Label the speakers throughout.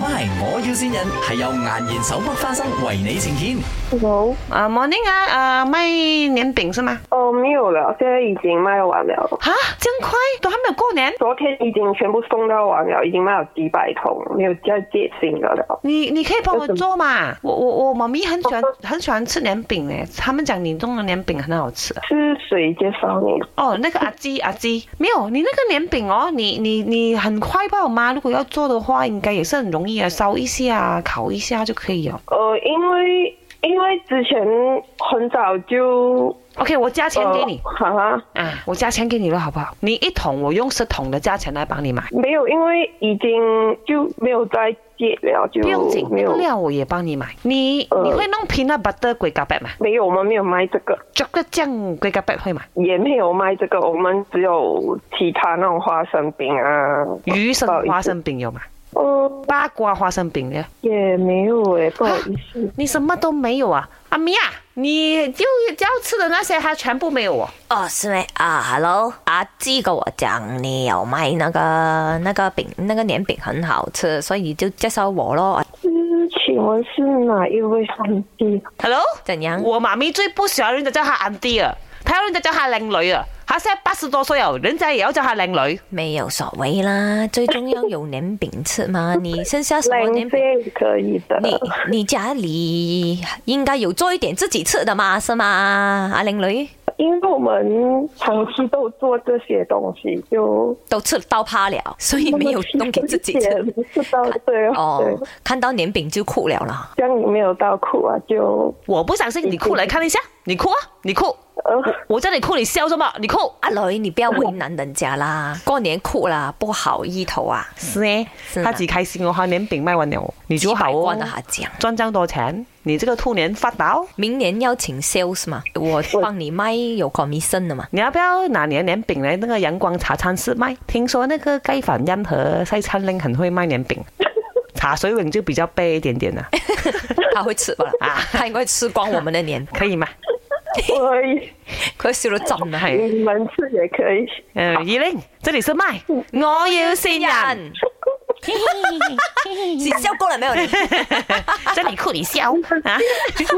Speaker 1: MY，我要先人係由顏然手剝花生為你呈現。
Speaker 2: Hello，
Speaker 3: 啊，morning 啊，啊，卖年饼是吗？
Speaker 2: 哦，没有了，现在已经卖完了。
Speaker 3: 啊，这样快，都还没有过年，
Speaker 2: 昨天已经全部送到完了，已经卖了几百桶，没有再借新的了。
Speaker 3: 你你可以帮我
Speaker 2: 为什么
Speaker 3: 做嘛？我我我妈咪很喜欢很喜欢吃年饼嘞，他们讲你弄的年饼很好吃啊。
Speaker 2: 是谁介绍你的？
Speaker 3: 哦，那个阿基阿基，没有你那个年饼哦，你你你很快吧，我妈如果要做的话，应该也是很容易啊，烧一下烤一下就可以哦。
Speaker 2: 呃，因为因为之前很早就
Speaker 3: OK，我加钱给你、
Speaker 2: 呃哈、哈，
Speaker 3: 啊，我加钱给你了，好不好？你一桶我用十桶的价钱来帮你买，
Speaker 2: 没有，因为已经就没有再借了，就
Speaker 3: 不用紧，
Speaker 2: 没
Speaker 3: 那
Speaker 2: 有
Speaker 3: 个料我也帮你买。你、
Speaker 2: 呃
Speaker 3: 你会弄 peanut butter 龟甲白吗？
Speaker 2: 没有，我们没有卖这个，
Speaker 3: 这个酱龟甲白会吗？
Speaker 2: 也没有卖这个，我们只有其他那种花生饼啊，
Speaker 3: 鱼生
Speaker 2: 不好意思
Speaker 3: 花生饼有吗？
Speaker 2: 嗯，
Speaker 3: 八卦花生饼呢？
Speaker 2: 也没有诶，不好意思。
Speaker 3: 你什么都没有啊？阿米啊，你就要吃的那些，它全部没有哦。
Speaker 4: 哦，是咩啊？Hello，阿芝跟我讲你有卖那个那个饼，那个年饼很好吃，所以就介绍我咯。
Speaker 2: 嗯，请问是哪一位上帝？
Speaker 3: Hello，
Speaker 4: 怎样？
Speaker 3: 我妈咪最不喜欢人家叫她 a u n 啊，她要人家叫她靓女啊。她现在八十多岁哦，人家也要叫她靓女。
Speaker 4: 没有所谓啦，最重要有年饼吃 嘛。你剩下什么
Speaker 2: 冷
Speaker 4: 年饼？
Speaker 2: 静可以的。
Speaker 4: 你你家里应该有做一点自己吃的嘛，是吗？阿玲女
Speaker 2: 因为我们长期都做这些东西，就
Speaker 4: 都吃到怕了，所 以没有弄给自己吃。
Speaker 2: 不知道对
Speaker 4: 哦
Speaker 2: 对，，
Speaker 4: 看到年饼就哭了啦。
Speaker 2: 这样你没有到哭啊，就
Speaker 3: 我不相信你哭，来看一下，你哭啊，你哭，
Speaker 2: 呃，
Speaker 3: 我叫你哭，你笑什么？你哭。
Speaker 4: 阿女，你不要为难人家啦，过年哭啦，不好意头啊。
Speaker 3: 是呢，
Speaker 4: 是
Speaker 3: 他
Speaker 4: 啊
Speaker 3: 自己开心哦，他年饼卖完了哦，你就
Speaker 4: 几
Speaker 3: 好
Speaker 4: 百
Speaker 3: 哦
Speaker 4: 万，啊，讲。
Speaker 3: 赚这样多钱，你这个兔年发达哦。
Speaker 4: 明年要请 sales 嘛，我帮你卖有 commission 的嘛。
Speaker 3: 你要不要拿你的年饼来那个阳光茶餐室卖？听说那个盖反恩和西餐令很会卖年 饼，茶水泳就比较背一点点啊了、
Speaker 4: 他会吃吧？啊，他应该吃光我们的年，
Speaker 3: 可以吗？
Speaker 2: 可以，
Speaker 4: 佢笑到浸啊！
Speaker 3: 系，
Speaker 2: 你们吃也可以。
Speaker 3: 呃，二零，这里是麦，我要新人，
Speaker 4: 人，你笑过了没有？你
Speaker 3: 这里库里 笑啊！
Speaker 2: 其实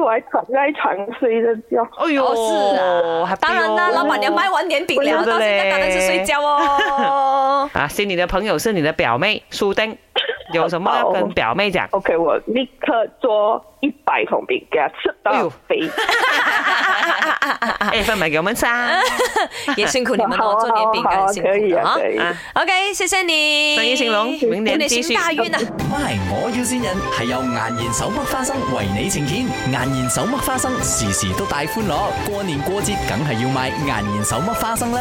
Speaker 2: 我还躺在床睡着觉，
Speaker 3: 哎呦，
Speaker 4: 哦，是啊
Speaker 3: happy，
Speaker 4: 当然啦，
Speaker 3: 哦
Speaker 4: 老板娘卖完年饼
Speaker 3: 我
Speaker 4: 了，
Speaker 3: 觉得
Speaker 4: 到现
Speaker 3: 嘞
Speaker 4: 在当然是睡 觉哦。
Speaker 3: 啊，是你的朋友是你的表妹苏 丁，有什么要
Speaker 4: 哦
Speaker 3: 跟表妹讲？
Speaker 2: OK，我立刻做一百桶饼给他吃
Speaker 3: 哎呦
Speaker 2: 到肥。
Speaker 3: 哎，分买给我们吃啊！
Speaker 4: 也辛 苦你们哦，做年饼干辛苦
Speaker 2: 可以
Speaker 4: 的
Speaker 2: 啊，
Speaker 4: 啊
Speaker 2: 可。以。
Speaker 3: 啊
Speaker 4: OK，谢谢你，
Speaker 3: 生意兴隆明年
Speaker 4: 祝你
Speaker 3: 继续
Speaker 4: 行大运啊！
Speaker 1: MY，我要先人係由顏然手剝花生為你呈現。顏然手剝花生時時都帶歡樂，過年過節梗係要買顏然手剝花生啦。